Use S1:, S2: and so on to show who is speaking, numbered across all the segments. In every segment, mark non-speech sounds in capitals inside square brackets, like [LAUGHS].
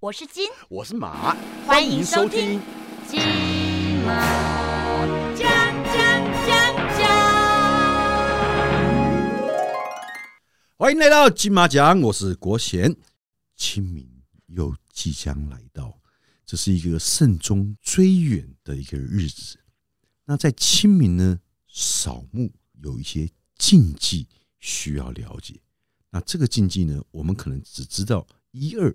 S1: 我是金，
S2: 我是马，
S1: 欢迎收听金马讲讲讲讲。
S2: 欢迎来到金马奖，我是国贤。清明又即将来到，这是一个慎终追远的一个日子。那在清明呢，扫墓有一些禁忌需要了解。那这个禁忌呢，我们可能只知道一二，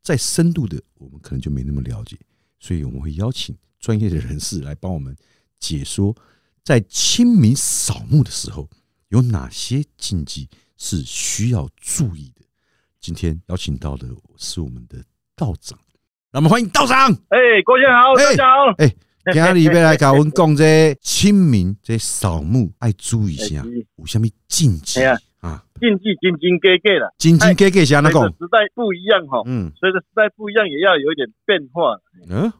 S2: 再深度的我们可能就没那么了解，所以我们会邀请专业的人士来帮我们解说，在清明扫墓的时候有哪些禁忌是需要注意的。今天邀请到的是我们的道长，那我们欢迎道
S3: [LAUGHS]
S2: 长。
S3: 哎，郭先生好，
S2: 哎
S3: 大家好。
S2: 今日要来甲阮讲这清明这扫墓爱注意啥
S3: 哎是，
S2: 有啥物禁忌
S3: 哎呀
S2: 啊？
S3: 禁忌斤斤给给了，
S2: 斤斤计计是安怎
S3: 随着
S2: 讲？
S3: 时代不一样哈，
S2: 嗯
S3: 随着时代不一样，也要有一点变化。 [LAUGHS]
S2: 嗯，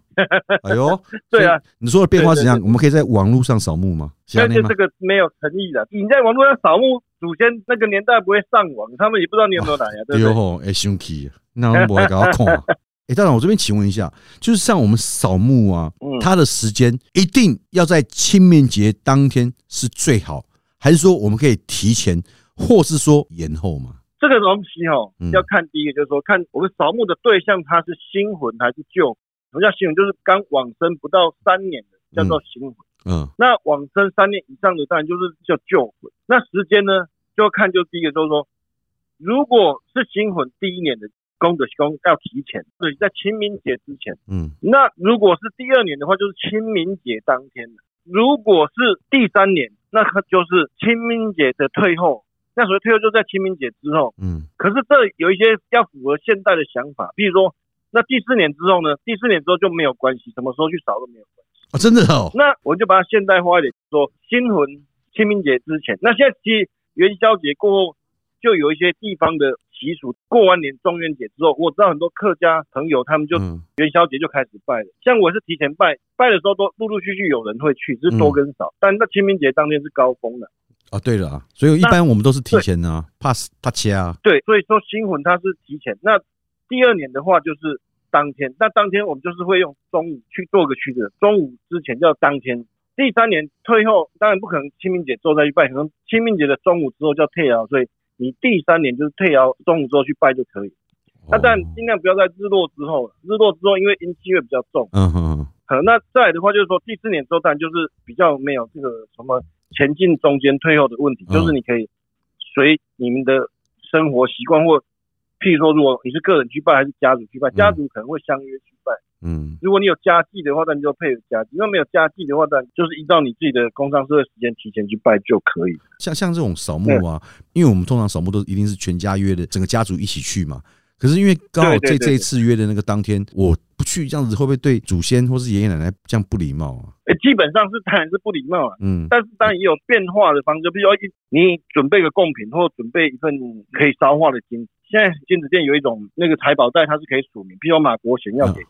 S2: 哎呦，
S3: 对啊，
S2: 所以你说的变化是怎样？
S3: 对对对
S2: 我们可以在网络上扫墓吗？是啊
S3: 但
S2: 安尼
S3: 是
S2: 吗
S3: 这？个没有诚意的。你在网络上扫墓，祖先那个年代不会上网，他们也不知道你有没有来啊呀，对
S2: 对
S3: 不对？
S2: 吼，会生气，那我不会给我看
S3: [LAUGHS]
S2: 啊。哎，道长，我这边请问一下，就是像我们扫墓啊，
S3: 嗯
S2: 它的时间一定要在清明节当天是最好，还是说我们可以提前，或是说延后嘛？
S3: 这个东西哈
S2: 嗯，
S3: 要看第一个就是说，看我们扫墓的对象他是新魂还是旧。什么叫新魂？就是刚往生不到三年的，叫做新魂。
S2: 嗯
S3: 那往生三年以上的，当然就是叫旧魂。那时间呢，就要看就第一个就是说，如果是新魂第一年的功德功要提前，对，在清明节之前。
S2: 嗯
S3: 那如果是第二年的话，就是清明节当天的；如果是第三年，那它就是清明节的退后。那所谓退后，就在清明节之后。
S2: 嗯
S3: 可是这有一些要符合现代的想法，比如说，那第四年之后呢？第四年之后就没有关系，什么时候去扫都没有。
S2: 啊，真的哦，
S3: 那我就把它现代化一点，说新魂清明节之前，那现在其实元宵节过后，就有一些地方的习俗，过完年中元节之后，我知道很多客家朋友他们就
S2: 嗯
S3: 元宵节就开始拜了，像我是提前拜，拜的时候都陆陆续续有人会去，只是多跟少，但那清明节当天是高峰的，
S2: 啊，对了啊，所以一般我们都是提前啊，怕死怕切啊，
S3: 对，所以说新魂它是提前，那第二年的话就是。当天，那当天我们就是会用中午去做个区隔，中午之前叫当天第三年退后，当然不可能清明节之后再去拜，可能清明节的中午之后叫退窑，所以你第三年就是退窑中午之后去拜就可以。那但
S2: 哦
S3: 尽量不要在日落之后了，日落之后因为阴气会比较重。
S2: 嗯哼哼，
S3: 呃，那再来的话就是说第四年之后，当然就是比较没有这个什么前进、中间、退后的问题，
S2: 嗯
S3: 就是你可以随你们的生活习惯或。譬如说，如果你是个人去拜还是家族去拜，家族可能会相约去拜。
S2: 嗯
S3: 如果你有家祭的话，那你就配合家祭；如果没有家祭的话，那就是依照你自己的工商社会时间提前去拜就可以。
S2: 像像这种扫墓啊，因为我们通常扫墓都一定是全家约的，整个家族一起去嘛。可是因为刚好
S3: 对对
S2: 这
S3: 对
S2: 这一次约的那个当天，我不去，这样子会不会对祖先或是爷爷奶奶这样不礼貌啊？
S3: 呃，基本上是当然是不礼貌啊，
S2: 嗯
S3: 但是当然也有变化的方式，比如说一你准备个贡品或准备一份可以烧化的金子。现在金子店有一种那个财宝袋，它是可以署名，比如说马国贤要给，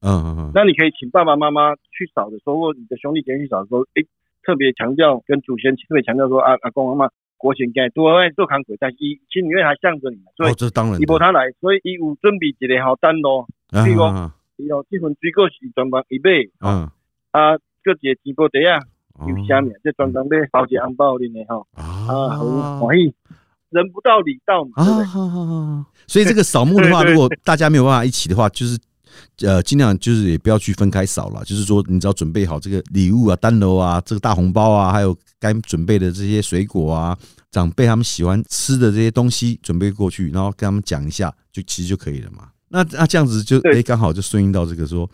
S2: 嗯嗯嗯，
S3: 那你可以请爸爸妈妈去扫的时候，或你的兄弟姐妹去扫的时候，诶，特别强调跟祖先特别强调说啊，阿公阿妈国贤该多爱做扛鬼，但是伊心里面还向着你，所以
S2: 哦，这当然
S3: 伊
S2: 的，
S3: 无他来，所以伊有准备一个好单咯，
S2: 啊
S3: 譬如
S2: 啊
S3: 伊有这份水果是专门伊买，
S2: 嗯，
S3: 啊，搁一个直播袋啊，
S2: 哦
S3: 有虾米，这专门买包一个红包恁的吼。啊，
S2: 啊
S3: 好欢喜，人不到礼到嘛，
S2: 啊，
S3: 对不
S2: 好
S3: 对？
S2: 好好好。所以这个扫墓的 [LAUGHS] 话，
S3: 对对对
S2: 如果大家没有办法一起的话，就是呃，尽量就是也不要去分开扫了。就是说，你只要准备好这个礼物啊、单楼啊、这个大红包啊，还有该准备的这些水果啊，长辈他们喜欢吃的这些东西准备过去，然后跟他们讲一下，就其实就可以了嘛。那那这样子就
S3: 对
S2: 哎，刚好就顺应到这个说。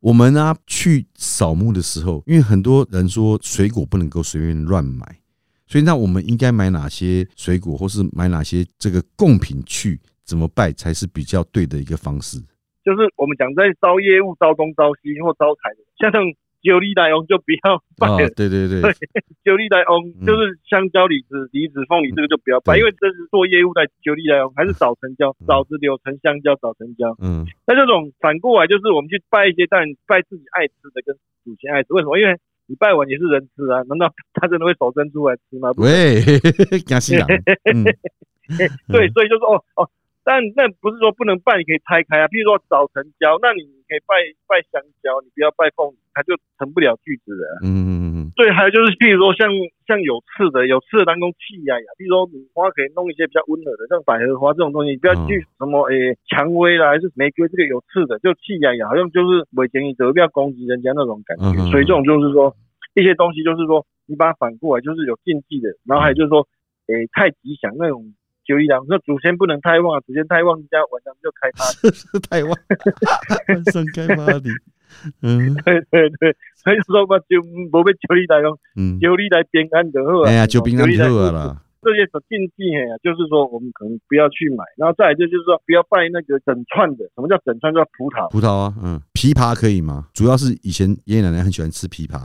S2: 我们呢、去扫墓的时候，因为很多人说水果不能够随便乱买，所以那我们应该买哪些水果，或是买哪些这个贡品去怎么拜才是比较对的一个方式？
S3: 就是我们讲在招业务、招东、招西或招财的，像这种九利来翁就不要拜
S2: 啊
S3: 了，，
S2: 对对对，
S3: 九利来翁就是香蕉、李子、梨子、凤梨这个就不要拜，
S2: 嗯对
S3: 因为这是做业务在九利来翁，还是早成交、
S2: 嗯
S3: 枣子、柳橙、香蕉、早成交。
S2: 嗯
S3: 那这种反过来就是我们去拜一些，但拜自己爱吃的跟祖先爱吃，为什么？因为你拜完也是人吃啊，难道他真的会手伸出来吃吗？不
S2: 喂，江西人，嗯，
S3: 对，所以就是哦哦，但那不是说不能拜，你可以拆开啊。譬如说早晨蕉，那你可以拜拜香蕉，你不要拜凤梨，它就成不了句子了啊。
S2: 嗯嗯
S3: 对，还有就是譬如说像像有刺的，有刺的当中气呀呀，譬如说你花可以弄一些比较温和的，像百合花这种东西，你不要
S2: 嗯
S3: 去什么诶、蔷薇啦，还是玫瑰这个有刺的，就气呀呀，好像就是伪前一则，不要攻击人家那种感觉。
S2: 嗯嗯嗯
S3: 所以这种就是说一些东西，就是说你把它反过来，就是有禁忌的，然后还有就是说诶、太吉祥那种。九一郎说祖先不能太旺啊，祖先太旺，人家晚上就开趴。 [LAUGHS]
S2: 嗯，台湾晚上开 party，嗯
S3: 对对对，所以说嘛，就无要九一来讲，
S2: 嗯，
S3: 九一来平安就好啊。
S2: 哎呀，就平安
S3: 就
S2: 就好啦，
S3: 这些所禁忌呢，就是说我们可能不要去买，然后再来就是说不要拜那个整串的，什么叫整串？叫葡萄。
S2: 葡萄啊，嗯，枇杷可以吗？主要是以前爷爷奶奶很喜欢吃枇杷，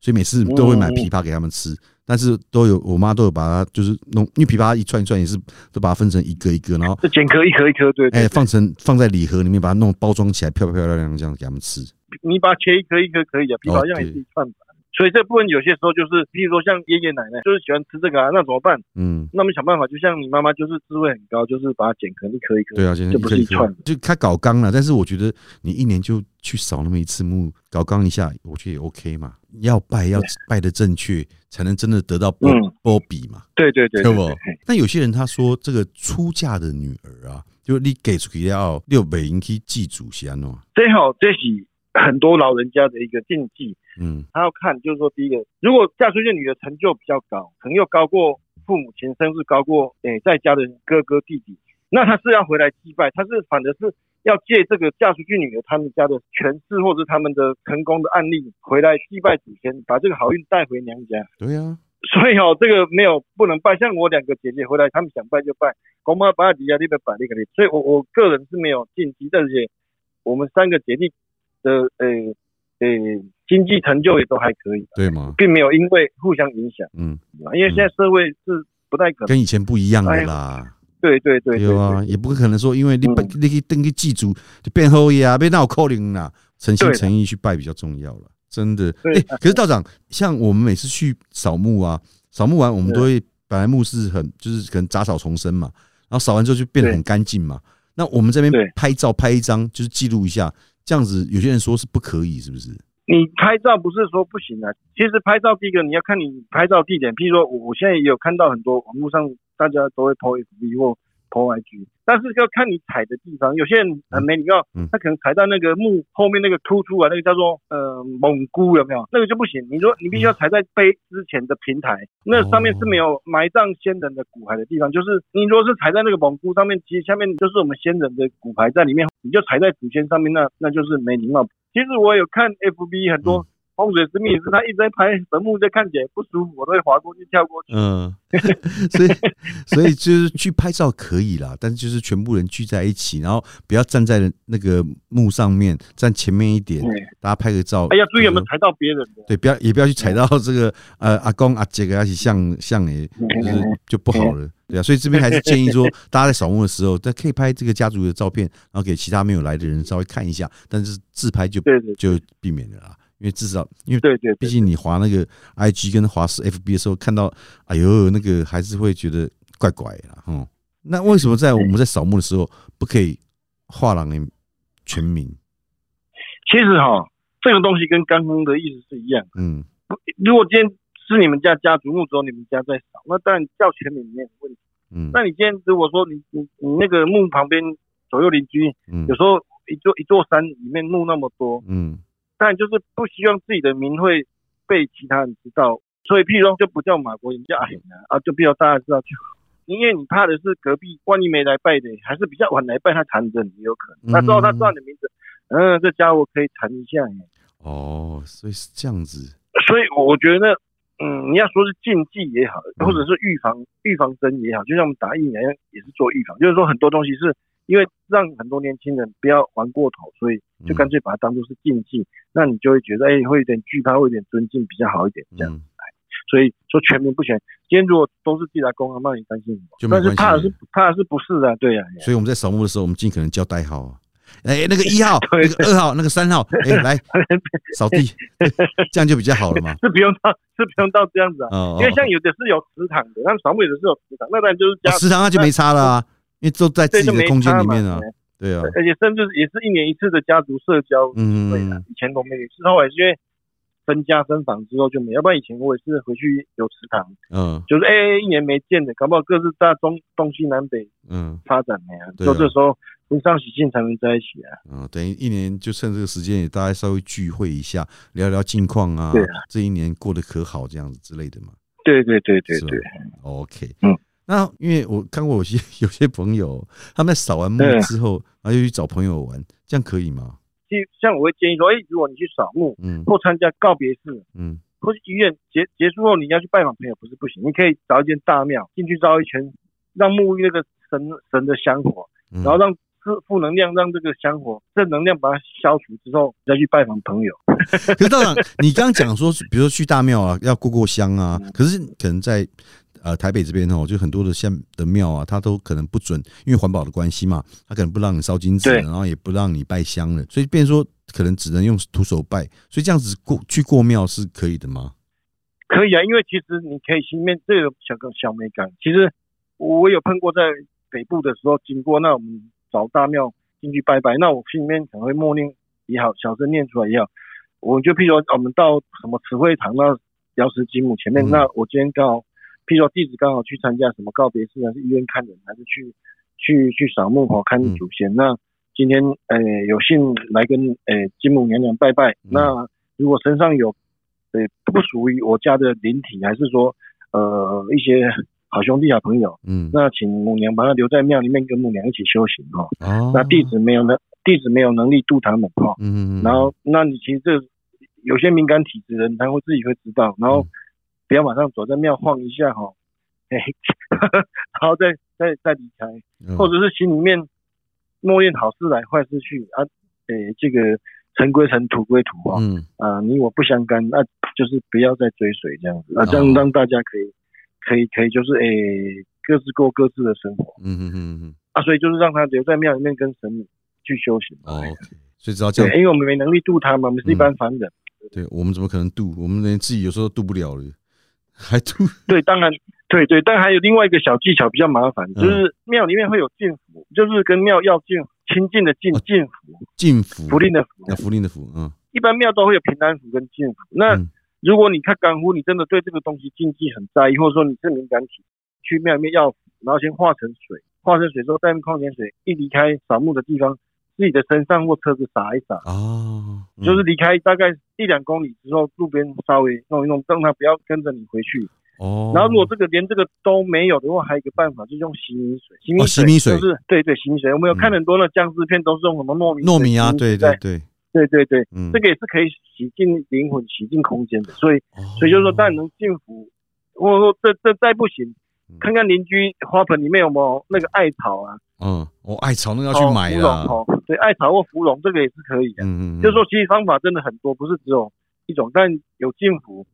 S2: 所以每次都会买枇杷给他们吃，但是都有我妈都有把它就是弄，因为枇杷一串一串也是都把它分成一个一个，然后
S3: 这剪颗一颗一颗，对对
S2: 哎放成放在礼盒里面，把它弄包装起来，漂漂亮亮这样给他们吃。
S3: 你把它切一颗一颗可以的，枇
S2: 哦
S3: 杷像也
S2: 对
S3: 是一串吧。所以这部分有些时候就是，譬如说像爷爷奶奶就是喜欢吃这个啊，那怎么办？
S2: 嗯，
S3: 那我们想办法，就像你妈妈就是智慧很高，就是把它剪成一颗一颗。
S2: 对啊，现在
S3: 这
S2: 一
S3: 不
S2: 颗
S3: 是
S2: 一
S3: 一
S2: 颗
S3: 串，
S2: 就开搞缸了。但是我觉得你一年就去扫那么一次墓，搞缸一下，我觉得也 OK 嘛。要拜要拜的正确，才能真的得到波
S3: 嗯
S2: 波比嘛。
S3: 对对对对
S2: 对不
S3: 对嘿
S2: 那有些人他说，这个出嫁的女儿啊，就是你给出去要六百银去祭祖先哦。
S3: 这好，这是很多老人家的一个禁忌。
S2: 嗯
S3: 他要看，就是说，第一个，如果嫁出去的女的成就比较高，可能又高过父母亲，甚至高过诶、在家的哥哥弟弟，那他是要回来祭拜，他是反而是要借这个嫁出去女的他们家的权势或者他们的成功的案例回来祭拜祖先，把这个好运带回娘家。
S2: 对啊，
S3: [LAUGHS] 所以哦，这个没有不能拜，像我两个姐姐回来，她们想拜就拜，公妈把底下那边摆那个所以我我个人是没有禁忌，而且我们三个姐弟的呃呃经济成就也都还可以，
S2: 对吗？
S3: 并没有因为互相影响，
S2: 嗯，
S3: 因为现在社会是不太可能，
S2: 跟以前不一样的啦。
S3: 对对对对
S2: 对啊，
S3: 对，
S2: 也不可能说因为你拜
S3: 嗯
S2: 你去登去祭祖就变后裔啊，变闹扣零啦。诚心
S3: 对啦
S2: 诚意去拜比较重要了，真的。
S3: 对
S2: 哎，可是道长，像我们每次去扫墓啊，扫墓完我们都会本来墓是很就是可能杂草丛生嘛，然后扫完之后就变得很干净嘛。那我们这边
S3: 对
S2: 拍照拍一张，就是记录一下，这样子有些人说是不可以，是不是？
S3: 你拍照不是说不行啊，其实拍照第一个你要看你拍照地点，譬如说我我现在也有看到很多网络上大家都会 po FB 或 po IG，但是要看你踩的地方，有些人很没礼貌
S2: 嗯，
S3: 他可能踩到那个木后面那个突出啊，那个叫做呃猛菇有没有？那个就不行，你说你必须要踩在碑之前的平台，那上面是没有埋葬先人的骨骸的地方，就是你如果是踩在那个猛菇上面，其实下面就是我们先人的骨牌在里面，你就踩在祖先上面，那那就是没礼貌。其实我有看 FB 很多风水师密室，他一直在拍坟墓，在看起来不舒服，我都会划过去跳过去。
S2: 嗯， [LAUGHS] 所以所以就是去拍照可以啦，但是就是全部人聚在一起，然后不要站在那个墓上面，站前面一点
S3: 对，
S2: 大家拍个照。
S3: 嗯哎呀，注意有嗯
S2: 就
S3: 没有踩到别人的？
S2: 对，不要也不要去踩到这个呃阿公阿姐跟他一起像像你，
S3: 嗯
S2: 就是就不好了，对啊，所以这边还是建议说，大家在扫墓的时候，但可以拍这个家族的照片，然后给其他没有来的人稍微看一下，但是自拍就
S3: 对对
S2: 就避免了啦，因为至少因为
S3: 对对
S2: 毕
S3: 对，
S2: 竟你滑那个 IG 跟滑是 FB 的时候，看到哎呦那个还是会觉得怪怪的啦，嗯，那为什么在我们在扫墓的时候不可以画廊的全名？
S3: 其实哈，这个东西跟刚刚的意思是一样。
S2: 嗯，
S3: 如果今天是你们家家族墓只有你们家在扫，那当然叫全名没有问题。
S2: 嗯
S3: 那你今天如果说你你你那个墓旁边左右邻居，
S2: 嗯
S3: 有时候一座一座山里面墓那么多，
S2: 嗯
S3: 但就是不希望自己的名会被其他人知道，所以譬如说就不叫马国，你叫阿贤啊，啊，就比较大家知道就好。因为你怕的是隔壁，万一没来拜的，还是比较晚来拜，他缠着你有可能。他知道他知道你的名字，嗯，这家伙可以缠一下耶。
S2: 哦，所以是这样子。
S3: 所以我觉得，嗯，你要说是禁忌也好，
S2: 嗯
S3: 或者是预防预防针也好，就像我们打疫苗一样，也是做预防。就是说很多东西是因为让很多年轻人不要玩过头，所以
S2: 嗯
S3: 就干脆把它当做是禁忌，那你就会觉得哎、会有点惧怕，会有点尊敬比较好一点这样。
S2: 嗯
S3: 所以说全民不全，今天如果都是自己来公安，那你担心什么？
S2: 就没
S3: 但是
S2: 关系
S3: 怕的是怕的是不是的、对啊呀、
S2: 所以我们在扫墓的时候，我们尽可能叫代号啊。哎、
S3: [LAUGHS]
S2: 那个一号，那
S3: 对
S2: 个二号，那个三号，哎、
S3: [LAUGHS]
S2: 来扫地，这样就比较好了嘛。
S3: 是不用到是不用到这样子啊，
S2: 哦，
S3: 因为像有的是有祠堂的，那扫墓有的是有祠堂，那当然就是家
S2: 哦、食堂那就没差了啊。因为都在哦自
S3: 这
S2: 己
S3: 就
S2: 的
S3: 没
S2: 空间
S3: 差
S2: 里
S3: 嘛
S2: 面啊
S3: 对，
S2: 对啊，
S3: 而且甚至也是一年一次的家族社交
S2: 嗯
S3: 会啊，以前都没有，是后来是因为分家分房之后就没，要不然以前我也是回去有食堂，
S2: 嗯
S3: 就是哎、一年没见的，搞不好各自大中东西南北
S2: 嗯
S3: 发展的呀、
S2: 对啊
S3: 就这时候婚丧喜庆才能在一起啊，
S2: 嗯，等于一年就趁这个时间也大家稍微聚会一下，聊聊近况啊
S3: 对啊，
S2: 这一年过得可好这样子之类的嘛。
S3: 对对对对
S2: 是啊吧
S3: 对，
S2: OK，
S3: 嗯，
S2: 那因为我看过有些 [LAUGHS] 有些朋友他们在扫完墓
S3: 对啊
S2: 之后，然后又去找朋友玩，这样可以吗？
S3: 就像我会建议说，哎、如果你去扫墓
S2: 嗯
S3: 或参加告别式。
S2: 嗯
S3: 或是医院结结束后，你要去拜访朋友不是不行，你可以找一间大庙进去绕一圈，让沐浴那个神神的香火，
S2: 嗯，
S3: 然后让负负能量让这个香火正能量把它消除之后，再去拜访朋友。
S2: 可是当然，你刚刚讲说，比如说去大庙啊，要过过香啊，
S3: 嗯
S2: 可是可能在呃台北这边哦，就很多的像的庙啊，它都可能不准，因为环保的关系嘛，它可能不让你烧金纸了，
S3: 对
S2: 然后也不让你拜香了，所以变成说可能只能用徒手拜，所以这样子过去过庙是可以的吗？
S3: 可以啊，因为其实你可以心里面这个小个小美感。其实我有碰过在北部的时候经过，那我们找大庙进去拜拜，那我心里面可能会默念也好，小声念出来也好。我就譬如说哦我们到什么慈惠堂啊那瑶池金母前面，
S2: 嗯
S3: 那我今天刚好，譬如说弟子刚好去参加什么告别式，啊还是医院看人，还是去去去扫墓哦，看
S2: 嗯
S3: 祖先。那今天呃有幸来跟呃金母娘娘拜拜，
S2: 嗯
S3: 那如果身上有呃不属于我家的灵体，还是说呃一些好兄弟好朋友，
S2: 嗯，
S3: 那请母娘把他留在庙里面跟母娘一起修行哦。
S2: 哦
S3: 那弟，子没有能弟子没有能力度他们哦，
S2: 嗯，
S3: 然后那你其实这有些敏感体质的人他会自己会知道，然后
S2: 嗯
S3: 不要马上走在庙晃一下哈、哦， [LAUGHS] 哎，然后再再再离开。
S2: 嗯
S3: 或者是心里面默念好事来坏事去啊，诶、这个尘归尘，土归土啊，
S2: 嗯，
S3: 啊，你我不相干，那、就是不要再追随这样子啊，这
S2: 哦
S3: 样让大家可以，可以，可以，就是诶、各自过各自的生活
S2: 嗯嗯嗯嗯
S3: 啊，所以就是让他留在庙里面跟神明去修行。
S2: 哦，OK，所以嗯只要这
S3: 哎对，
S2: 样，
S3: 因为我们没能力度他嘛，我们是一般凡人。
S2: 对我们怎么可能渡？我们连自己有时候都渡不了了，还渡， [LAUGHS]
S3: 对，当然，对对，但还有另外一个小技巧比较麻烦，
S2: 嗯
S3: 就是庙里面会有进福，就是跟庙要进亲近的进
S2: 哦
S3: 进福，
S2: 进福
S3: 福利的福
S2: 啊，，福利的福，嗯，
S3: 一般庙都会有平安符跟禁符。那
S2: 嗯
S3: 如果你看干乎，你真的对这个东西禁忌很在意，或者说你是敏感体，去庙里面要符，然后先化成水，化成水之后再用矿泉水一离开扫墓的地方，自己的身上或车子洒一洒，
S2: 哦，嗯
S3: 就是离开大概一两公里之后，路边稍微弄一弄，让它不要跟着你回去。
S2: 哦，
S3: 然后如果这个连这个都没有的话，还有一个办法，就是用洗米水。洗米
S2: 哦
S3: 水，
S2: 洗米水
S3: 就是对对洗米水。我们有看
S2: 嗯
S3: 很多那僵尸片都是用什么糯米
S2: 糯米啊，对
S3: 水洗米
S2: 对
S3: 水
S2: 对，
S3: 对对对。
S2: 嗯，
S3: 这个也是可以洗进灵魂、洗进空间的。所以，
S2: 哦
S3: 所以就是说，当然能幸福，或或这这再不行
S2: 嗯，
S3: 看看邻居花盆里面有没有那个艾草啊，
S2: 嗯，我艾草那个要
S3: 要
S2: 去买啦，
S3: 哦，芙蓉哦对，艾草或芙蓉这个也是可以的。
S2: 嗯嗯，嗯
S3: 就是说，其实方法真的很多，不是只有一种，但有幸福、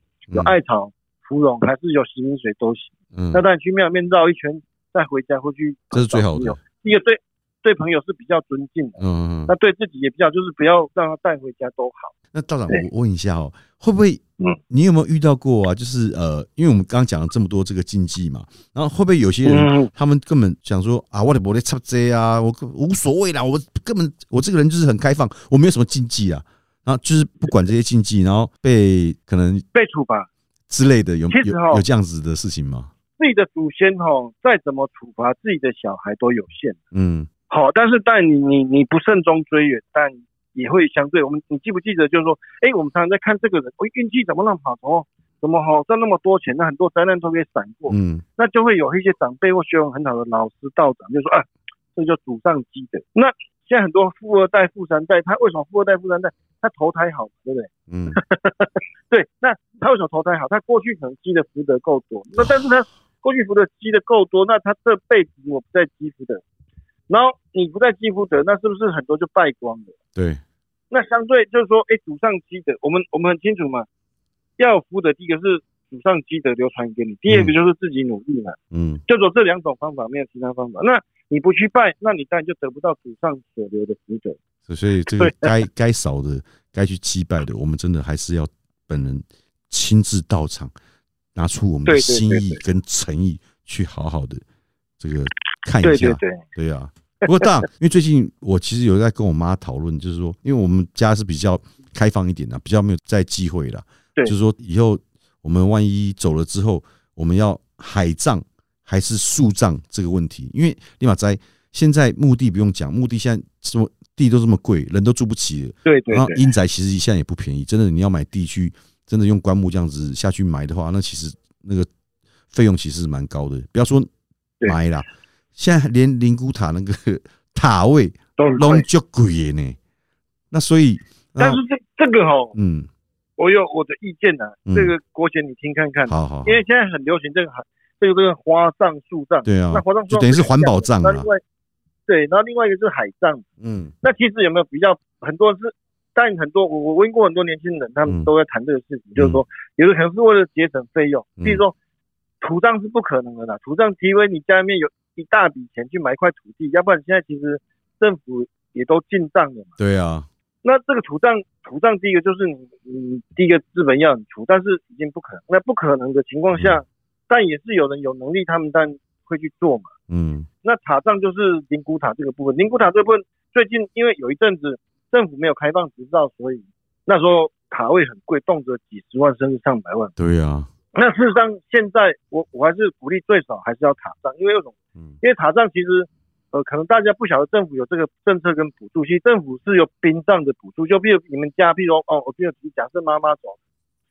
S2: 嗯
S3: 有艾草、芙蓉，还是有洗米水都行。
S2: 嗯
S3: 那当然去庙里面绕一圈，再回家或去
S2: 这是最
S3: 找
S2: 好
S3: 朋
S2: 的
S3: 友，，一个对对朋友是比较尊敬的，
S2: 嗯嗯
S3: 那，对自己也比较，就是不要让他带回家都好。
S2: 那道长，
S3: 对
S2: 我问一下哦，会不会
S3: 嗯，
S2: 你有没有遇到过啊？就是呃，因为我们刚刚讲了这么多这个禁忌嘛，然后会不会有些人
S3: 嗯
S2: 他们根本想说啊，我的我的插这啊，我无所谓啦，我根本我这个人就是很开放，我没有什么禁忌啊，然后就是不管这些禁忌，然后被可能
S3: 被处罚，
S2: 之类的，有
S3: 其实
S2: 有
S3: 哦
S2: 有这样子的事情吗？
S3: 自己的祖先吼，再怎么处罚自己的小孩都有限。
S2: 嗯
S3: 好，但是但你你你不慎终追远，但也会相对我们，你记不记得就是说，哎、我们常常在看这个人，哎、运气怎么那么好，怎么怎么好赚那么多钱，那很多灾难都可以闪过，
S2: 嗯
S3: 那就会有一些长辈或学问很好的老师道长就说啊，这就祖上积德。那现在很多富二代、富三代，他为什么富二代、富三代？他投胎好，对不对？ [LAUGHS]
S2: 嗯，
S3: 对，那他为什么投胎好？他过去可能积的福德够多，那但是他过去福德积的够多，那他这辈子我不再积福德，然后你不再积福德，那是不是很多就败光了？
S2: 对，
S3: 那相对就是说，哎，祖上积德，我们我们很清楚嘛，要有福德，第一个是祖上积德流传给你，第二个就是自己努力嘛，
S2: 嗯
S3: 就走这两种方法，没有其他方法。那你不去拜，那你当然就得不到祖上所留的福德。
S2: 所以所以这个
S3: 啊
S2: 该该扫的、该去祭拜的，我们真的还是要本人亲自到场，拿出我们的
S3: 对对
S2: 心
S3: 对
S2: 意跟诚意去好好的这个看一
S3: 对
S2: 下
S3: 对，对，
S2: 对啊。不过当然，因为最近我其实有在跟我妈讨论，就是说，因为我们家是比较开放一点的，比较没有在忌讳啦。
S3: 对
S2: 就是说以后我们万一走了之后，我们要海葬还是树葬这个问题，因为立马在现在墓地不用讲，墓地现在这么地都这么贵，人都住不起了，
S3: 对对
S2: 然后
S3: 对，
S2: 阴宅其实现在也不便宜，真的你要买地去，真的用棺木这样子下去埋的话，那其实那个费用其实蛮高的。不要说
S3: 对
S2: 埋啦，现在连灵骨塔那个 [LAUGHS] 塔位
S3: 都很
S2: 拢
S3: 贵。
S2: 就贵的呢。那所以，那
S3: 但是这这个哦，
S2: 嗯，
S3: 我有我的意见呐、
S2: 嗯
S3: 这个国贤你听看看，
S2: 好好，好
S3: 因为现在很流行这个这个这个花葬树葬，
S2: 对啊
S3: 那，花葬树
S2: 就
S3: 葬
S2: 等于是环保葬
S3: 那
S2: 啊
S3: 另。外对，然后另外一个是海葬。
S2: 嗯
S3: 那其实有没有比较很多是，但很多我我问过很多年轻人，他
S2: 嗯
S3: 们都在谈这个事情，就是说有的可能是为了节省费用，
S2: 嗯
S3: 比如说土葬是不可能的啦，土葬除非你家里面有一大笔钱去买一块土地，要不然现在其实政府也都进账了嘛。
S2: 对啊，
S3: 那这个土葬，土葬第一个就是你你第一个资本要很足，但是已经不可能。那不可能的情况下，但也是有人有能力，他们当然会去做嘛。
S2: 嗯
S3: 那塔葬就是灵骨塔这个部分，灵骨塔这部分最近因为有一阵子政府没有开放执照，所以那时候塔位很贵，动辄几十万甚至上百万。
S2: 对啊，
S3: 那事实上现在我我还是鼓励最少还是要塔葬，因为有种
S2: 嗯
S3: 因为塔葬其实呃可能大家不晓得政府有这个政策跟补助，其实政府是有殡葬的补助，就比如你们家，譬如说哦，我比如假设妈妈走，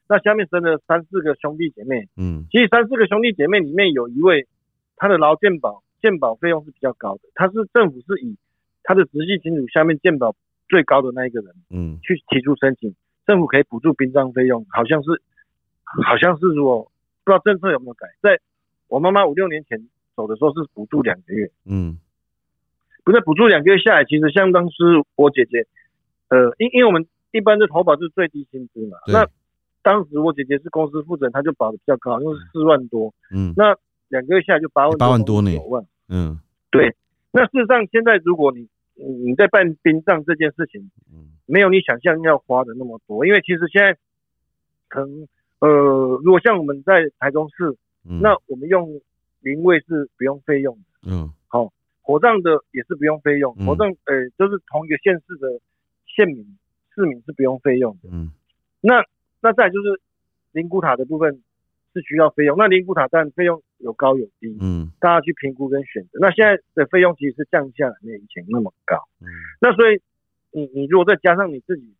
S3: 那下面生了三四个兄弟姐妹，
S2: 嗯
S3: 其实三四个兄弟姐妹里面有一位，他的劳健保健保费用是比较高的，他是政府是以他的直系亲属下面健保最高的那一个人
S2: 嗯
S3: 去提出申请，政府可以补助殡葬费用，好像是好像是如果不知道政策有没有改，在我妈妈五六年前走的时候是补助两个月，
S2: 嗯
S3: 不是补助两个月下来，其实相当是我姐姐，呃，因因为我们一般的投保是最低薪资嘛，
S2: 对
S3: 那当时我姐姐是公司负责人，她就保的比较高，因为四万多。
S2: 嗯
S3: 那两个月下来就八万，
S2: 八万多呢
S3: 九万。
S2: 嗯
S3: 那事实上，现在如果你你你在办殡葬这件事情，
S2: 嗯
S3: 没有你想象要花的那么多，因为其实现在可能呃，如果像我们在台中市，
S2: 嗯，
S3: 那我们用灵位是不用费用的，
S2: 嗯
S3: 火葬的也是不用费用，
S2: 嗯
S3: 火葬呃就是同一个县市的县民市民是不用费用的。
S2: 嗯
S3: 那那再来就是灵骨塔的部分是需要费用，那灵骨塔当然费用有高有低，
S2: 嗯
S3: 大家去评估跟选择。那现在的费用其实是降下来，没有以前那么高。
S2: 嗯
S3: 那所以你你如果再加上你自己，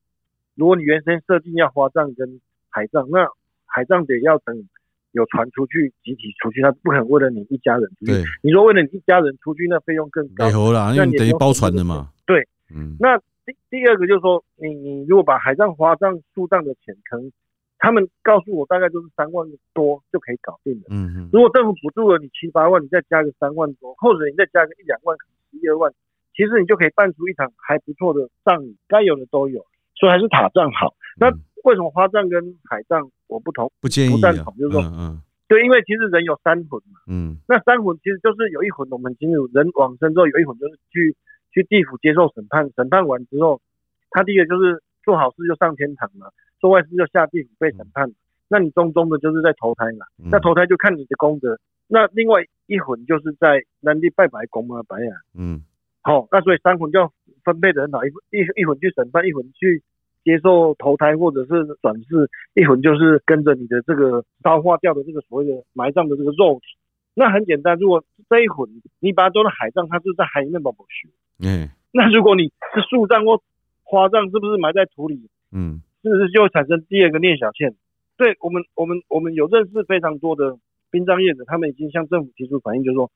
S3: 如果你原先设定要花葬跟海葬，那海葬得要等有船出去集体出去，他不可能为了你一家人出
S2: 对
S3: 去。，你说为了你一家人出去，那费用更高
S2: 没。好啦，因
S3: 那
S2: 为
S3: 你
S2: 等
S3: 也不
S2: 于
S3: 用
S2: 包
S3: 付
S2: 船
S3: 这
S2: 的
S3: 个
S2: 嘛。
S3: 对，
S2: 嗯
S3: 那第第二个就是说，你你如果把海葬、花葬、树葬的钱，可能他们告诉我大概就是三万多就可以搞定了。
S2: 嗯嗯
S3: 如果政府补助了你七八万，你再加个三万多，或者你再加个一两万、一二万，其实你就可以办出一场还不错的葬礼，该有的都有，所以还是塔葬好。那
S2: 嗯
S3: 为什么花葬跟海葬我不同？
S2: 不建议
S3: 不
S2: 啊
S3: 赞同就是说
S2: 嗯嗯
S3: 对，因为其实人有三魂嘛，
S2: 嗯
S3: 那三魂其实就是有一魂我们清楚，人往生之后有一魂就是去去地府接受审判，审判完之后，他第一个就是做好事就上天堂嘛，做坏事就下地府被审判嘛，那你中中的就是在投胎嘛。
S2: 嗯，
S3: 那投胎就看你的功德。那另外一魂就是在南地拜白公嘛，白啊呀，
S2: 嗯
S3: 好、那所以三魂就要分配的很好，一一一魂去审判，一魂去接受投胎或者是转世，一魂就是跟着你的这个烧化掉的这个所谓的埋葬的这个肉体。那很简单，如果这一魂你把它做成海葬，它是在海里面保保修。
S2: 哎
S3: 那如果你是树葬或花葬，是不是埋在土里？
S2: 嗯
S3: 是不是就会产生第二个聂小倩？对我们，我们，我们有认识非常多的殡葬业者，他们已经向政府提出反映，就是说，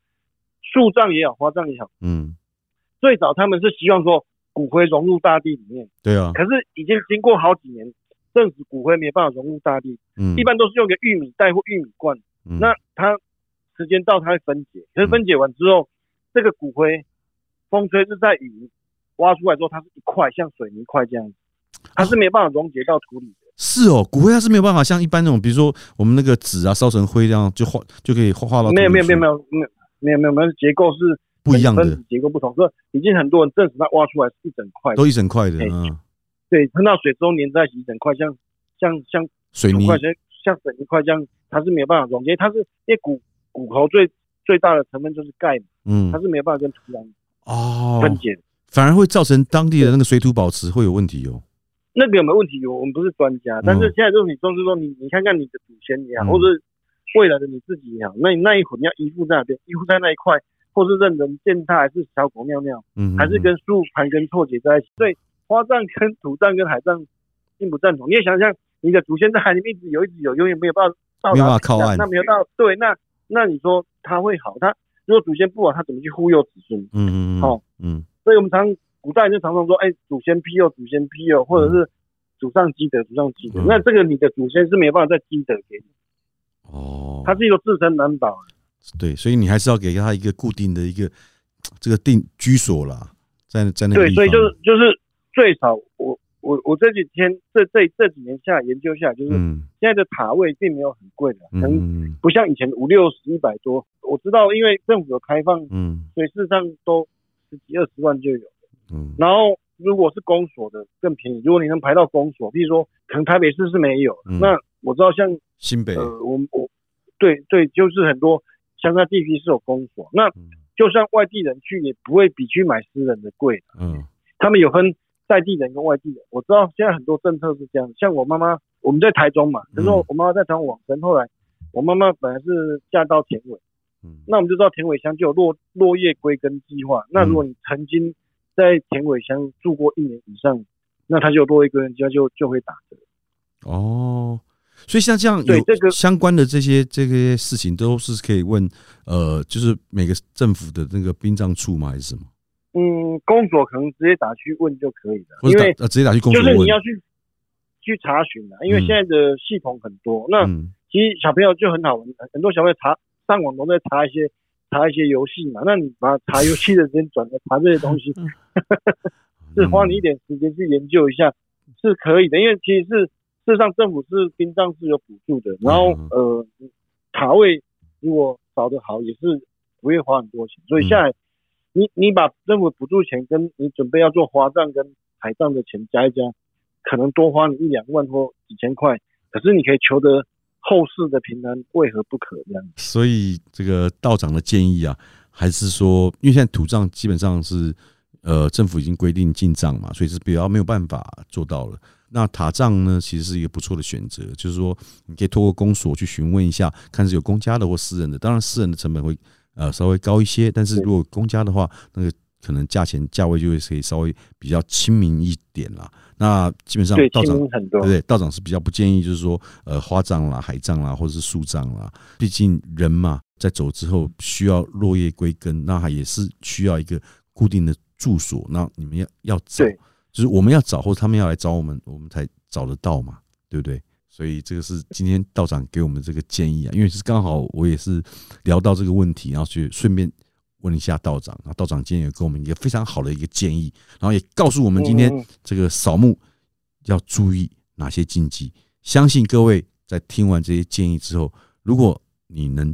S3: 树葬也好，花葬也好，
S2: 嗯，
S3: 最早他们是希望说骨灰融入大地里面，
S2: 对啊，
S3: 可是已经经过好几年，政府骨灰没办法融入大地，
S2: 嗯
S3: 一般都是用个玉米袋或玉米罐，
S2: 嗯
S3: 那它时间到它会分解，可是分解完之后，这个骨灰风吹日晒雨淋挖出来之后，它是一块像水泥块这样子，它是没办法溶解到土里。
S2: 是哦，骨灰它是没有办法像一般那种，比如说我们那个纸啊烧成灰这样就化就可以化化到
S3: 没有没有没有没
S2: 有
S3: 有没有没有没有没有结构是
S2: 不一样的
S3: 分子结构不同，所以已经很多人证实它挖出来是一整块，
S2: 都一整块的
S3: 哎
S2: 嗯，
S3: 对，碰到水之后粘在一起一整块，像像像
S2: 水泥
S3: 块像像水泥块这样，它是没有办法溶解，它是因为骨骨头最最大的成分就是钙嘛，
S2: 嗯
S3: 它，是没有办法跟土壤
S2: 哦，
S3: 分解的。
S2: 反而会造成当地的那个水土保持会有问题哦。
S3: 那个有没有问题？我我们不是专家，但是现在就是你，就是说你你看看你的祖先也好，
S2: 嗯
S3: 或者未来的你自己也好，那你那一捆要依附在那边，依附在那一块，或是任人践踏，还是小狗尿尿，
S2: 嗯，
S3: 还是跟树盘根错节在一起。所以花葬跟土葬跟海葬并不赞同。你也想想，你的祖先在海里面一直有，一直有，永远没有办法到达
S2: 没有办法靠岸
S3: 那没有到对，那那你说他会好？他如果祖先不好，他怎么去护佑子孙？
S2: 嗯嗯嗯，
S3: 好
S2: 嗯
S3: 所以我们常古代就常常说，哎、祖先庇佑，祖先庇佑，或者是祖上积德，祖上积德。
S2: 嗯
S3: 那这个你的祖先是没有办法再积德给你，
S2: 哦，
S3: 他是一个自身难保啊的。
S2: 对，所以你还是要给他一个固定的一个这个定居所啦，在在那个
S3: 对，
S2: 地
S3: 所以
S2: 方
S3: 就是就是最少我我我这几天这这这几年下来研究下来，就是
S2: 嗯
S3: 现在的塔位并没有很贵的，可
S2: 嗯
S3: 能
S2: 嗯
S3: 不像以前五六十、一百多。我知道，因为政府有开放，
S2: 嗯
S3: 所以事实上都十几二十万就有。
S2: 嗯
S3: 然后如果是公所的更便宜，如果你能排到公所，比如说可能台北市是没有，
S2: 嗯
S3: 那我知道像
S2: 新北
S3: 呃我们我对对，就是很多乡下地区是有公所，那
S2: 嗯
S3: 就算外地人去也不会比去买私人的贵，
S2: 嗯
S3: 他们有分在地人跟外地人。我知道现在很多政策是这样，像我妈妈，我们在台中嘛，可是我
S2: 嗯
S3: 我妈妈在台中往生，后来我妈妈本来是嫁到田尾。
S2: 嗯
S3: 那我们就知道田尾乡就有落落叶归根计划。那如果你曾经在田尾乡住过一年以上，那它就有落叶归根计划就就会打折。
S2: 哦，所以像这样
S3: 对
S2: 有
S3: 这个
S2: 相关的这些这些事情都是可以问呃，就是每个政府的那个殡葬处吗？还是什么？
S3: 嗯，公所可能直接打去问就可以了，
S2: 或
S3: 因
S2: 者打
S3: 为
S2: 呃直接打去公
S3: 就
S2: 所
S3: 是你
S2: 问？
S3: 要去去查询啊的，因为
S2: 嗯
S3: 现在的系统很多。那
S2: 嗯
S3: 其实小朋友就很好玩，很多小朋友查上网都在查一些查一些游戏嘛，那你把查游戏的时间转来查这些东西，
S2: 嗯
S3: 是花你一点时间去研究一下是可以的，因为其实是事实上政府是殡葬是有补助的，然后
S2: 嗯
S3: 呃塔位如果找得好也是不会花很多钱，
S2: 嗯
S3: 所以下来你你把政府补助钱跟你准备要做花葬跟海葬的钱加一加，可能多花你一两万或几千块，可是你可以求得后世的平安，为何不可这样？
S2: 所以这个道长的建议啊，还是说，因为现在土葬基本上是呃政府已经规定进葬嘛，所以是比较没有办法做到了。那塔葬呢，其实是一个不错的选择，就是说你可以透过公所去询问一下，看是有公家的或私人的。当然，私人的成本会呃稍微高一些，但是如果公家的话，那个可能价钱价位就会可以稍微比较亲民一点啦。那基本上
S3: 对，
S2: 嗯道
S3: 清
S2: 长
S3: 明很多
S2: 对不。对？道长是比较不建议，就是说，呃，花葬啦、海葬啦，或者是树葬啦，毕竟人嘛，在走之后需要落叶归根，那还也是需要一个固定的住所。那你们要要找
S3: 对，
S2: 就是我们要找，或者他们要来找我们，我们才找得到嘛，对不对？所以这个是今天道长给我们这个建议啊，因为是刚好我也是聊到这个问题，然后去顺便问一下道长，然后道长今天也给我们一个非常好的一个建议，然后也告诉我们今天
S3: 嗯嗯嗯
S2: 这个扫墓要注意哪些禁忌。相信各位在听完这些建议之后，如果你能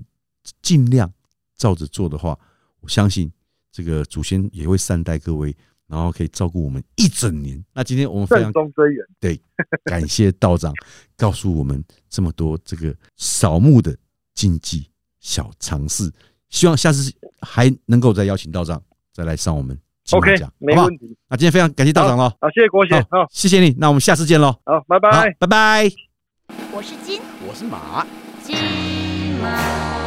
S2: 尽量照着做的话，我相信这个祖先也会善待各位，然后可以照顾我们一整年。那今天我们非常
S3: 正宗追远，
S2: 感谢道长告诉我们这么多这个扫墓的禁忌小常识，希望下次还能够再邀请道长再来上我们金马
S3: OK，
S2: 奖
S3: 没
S2: 好不好
S3: 问题。
S2: 那今天非常感谢道长喽，
S3: 好，谢谢国贤，
S2: 好
S3: 好，
S2: 谢谢你，那我们下次见喽，
S3: 好，拜
S2: 好
S3: 拜。，
S2: 拜拜。
S1: 我是金
S2: 我是马。
S1: 金毛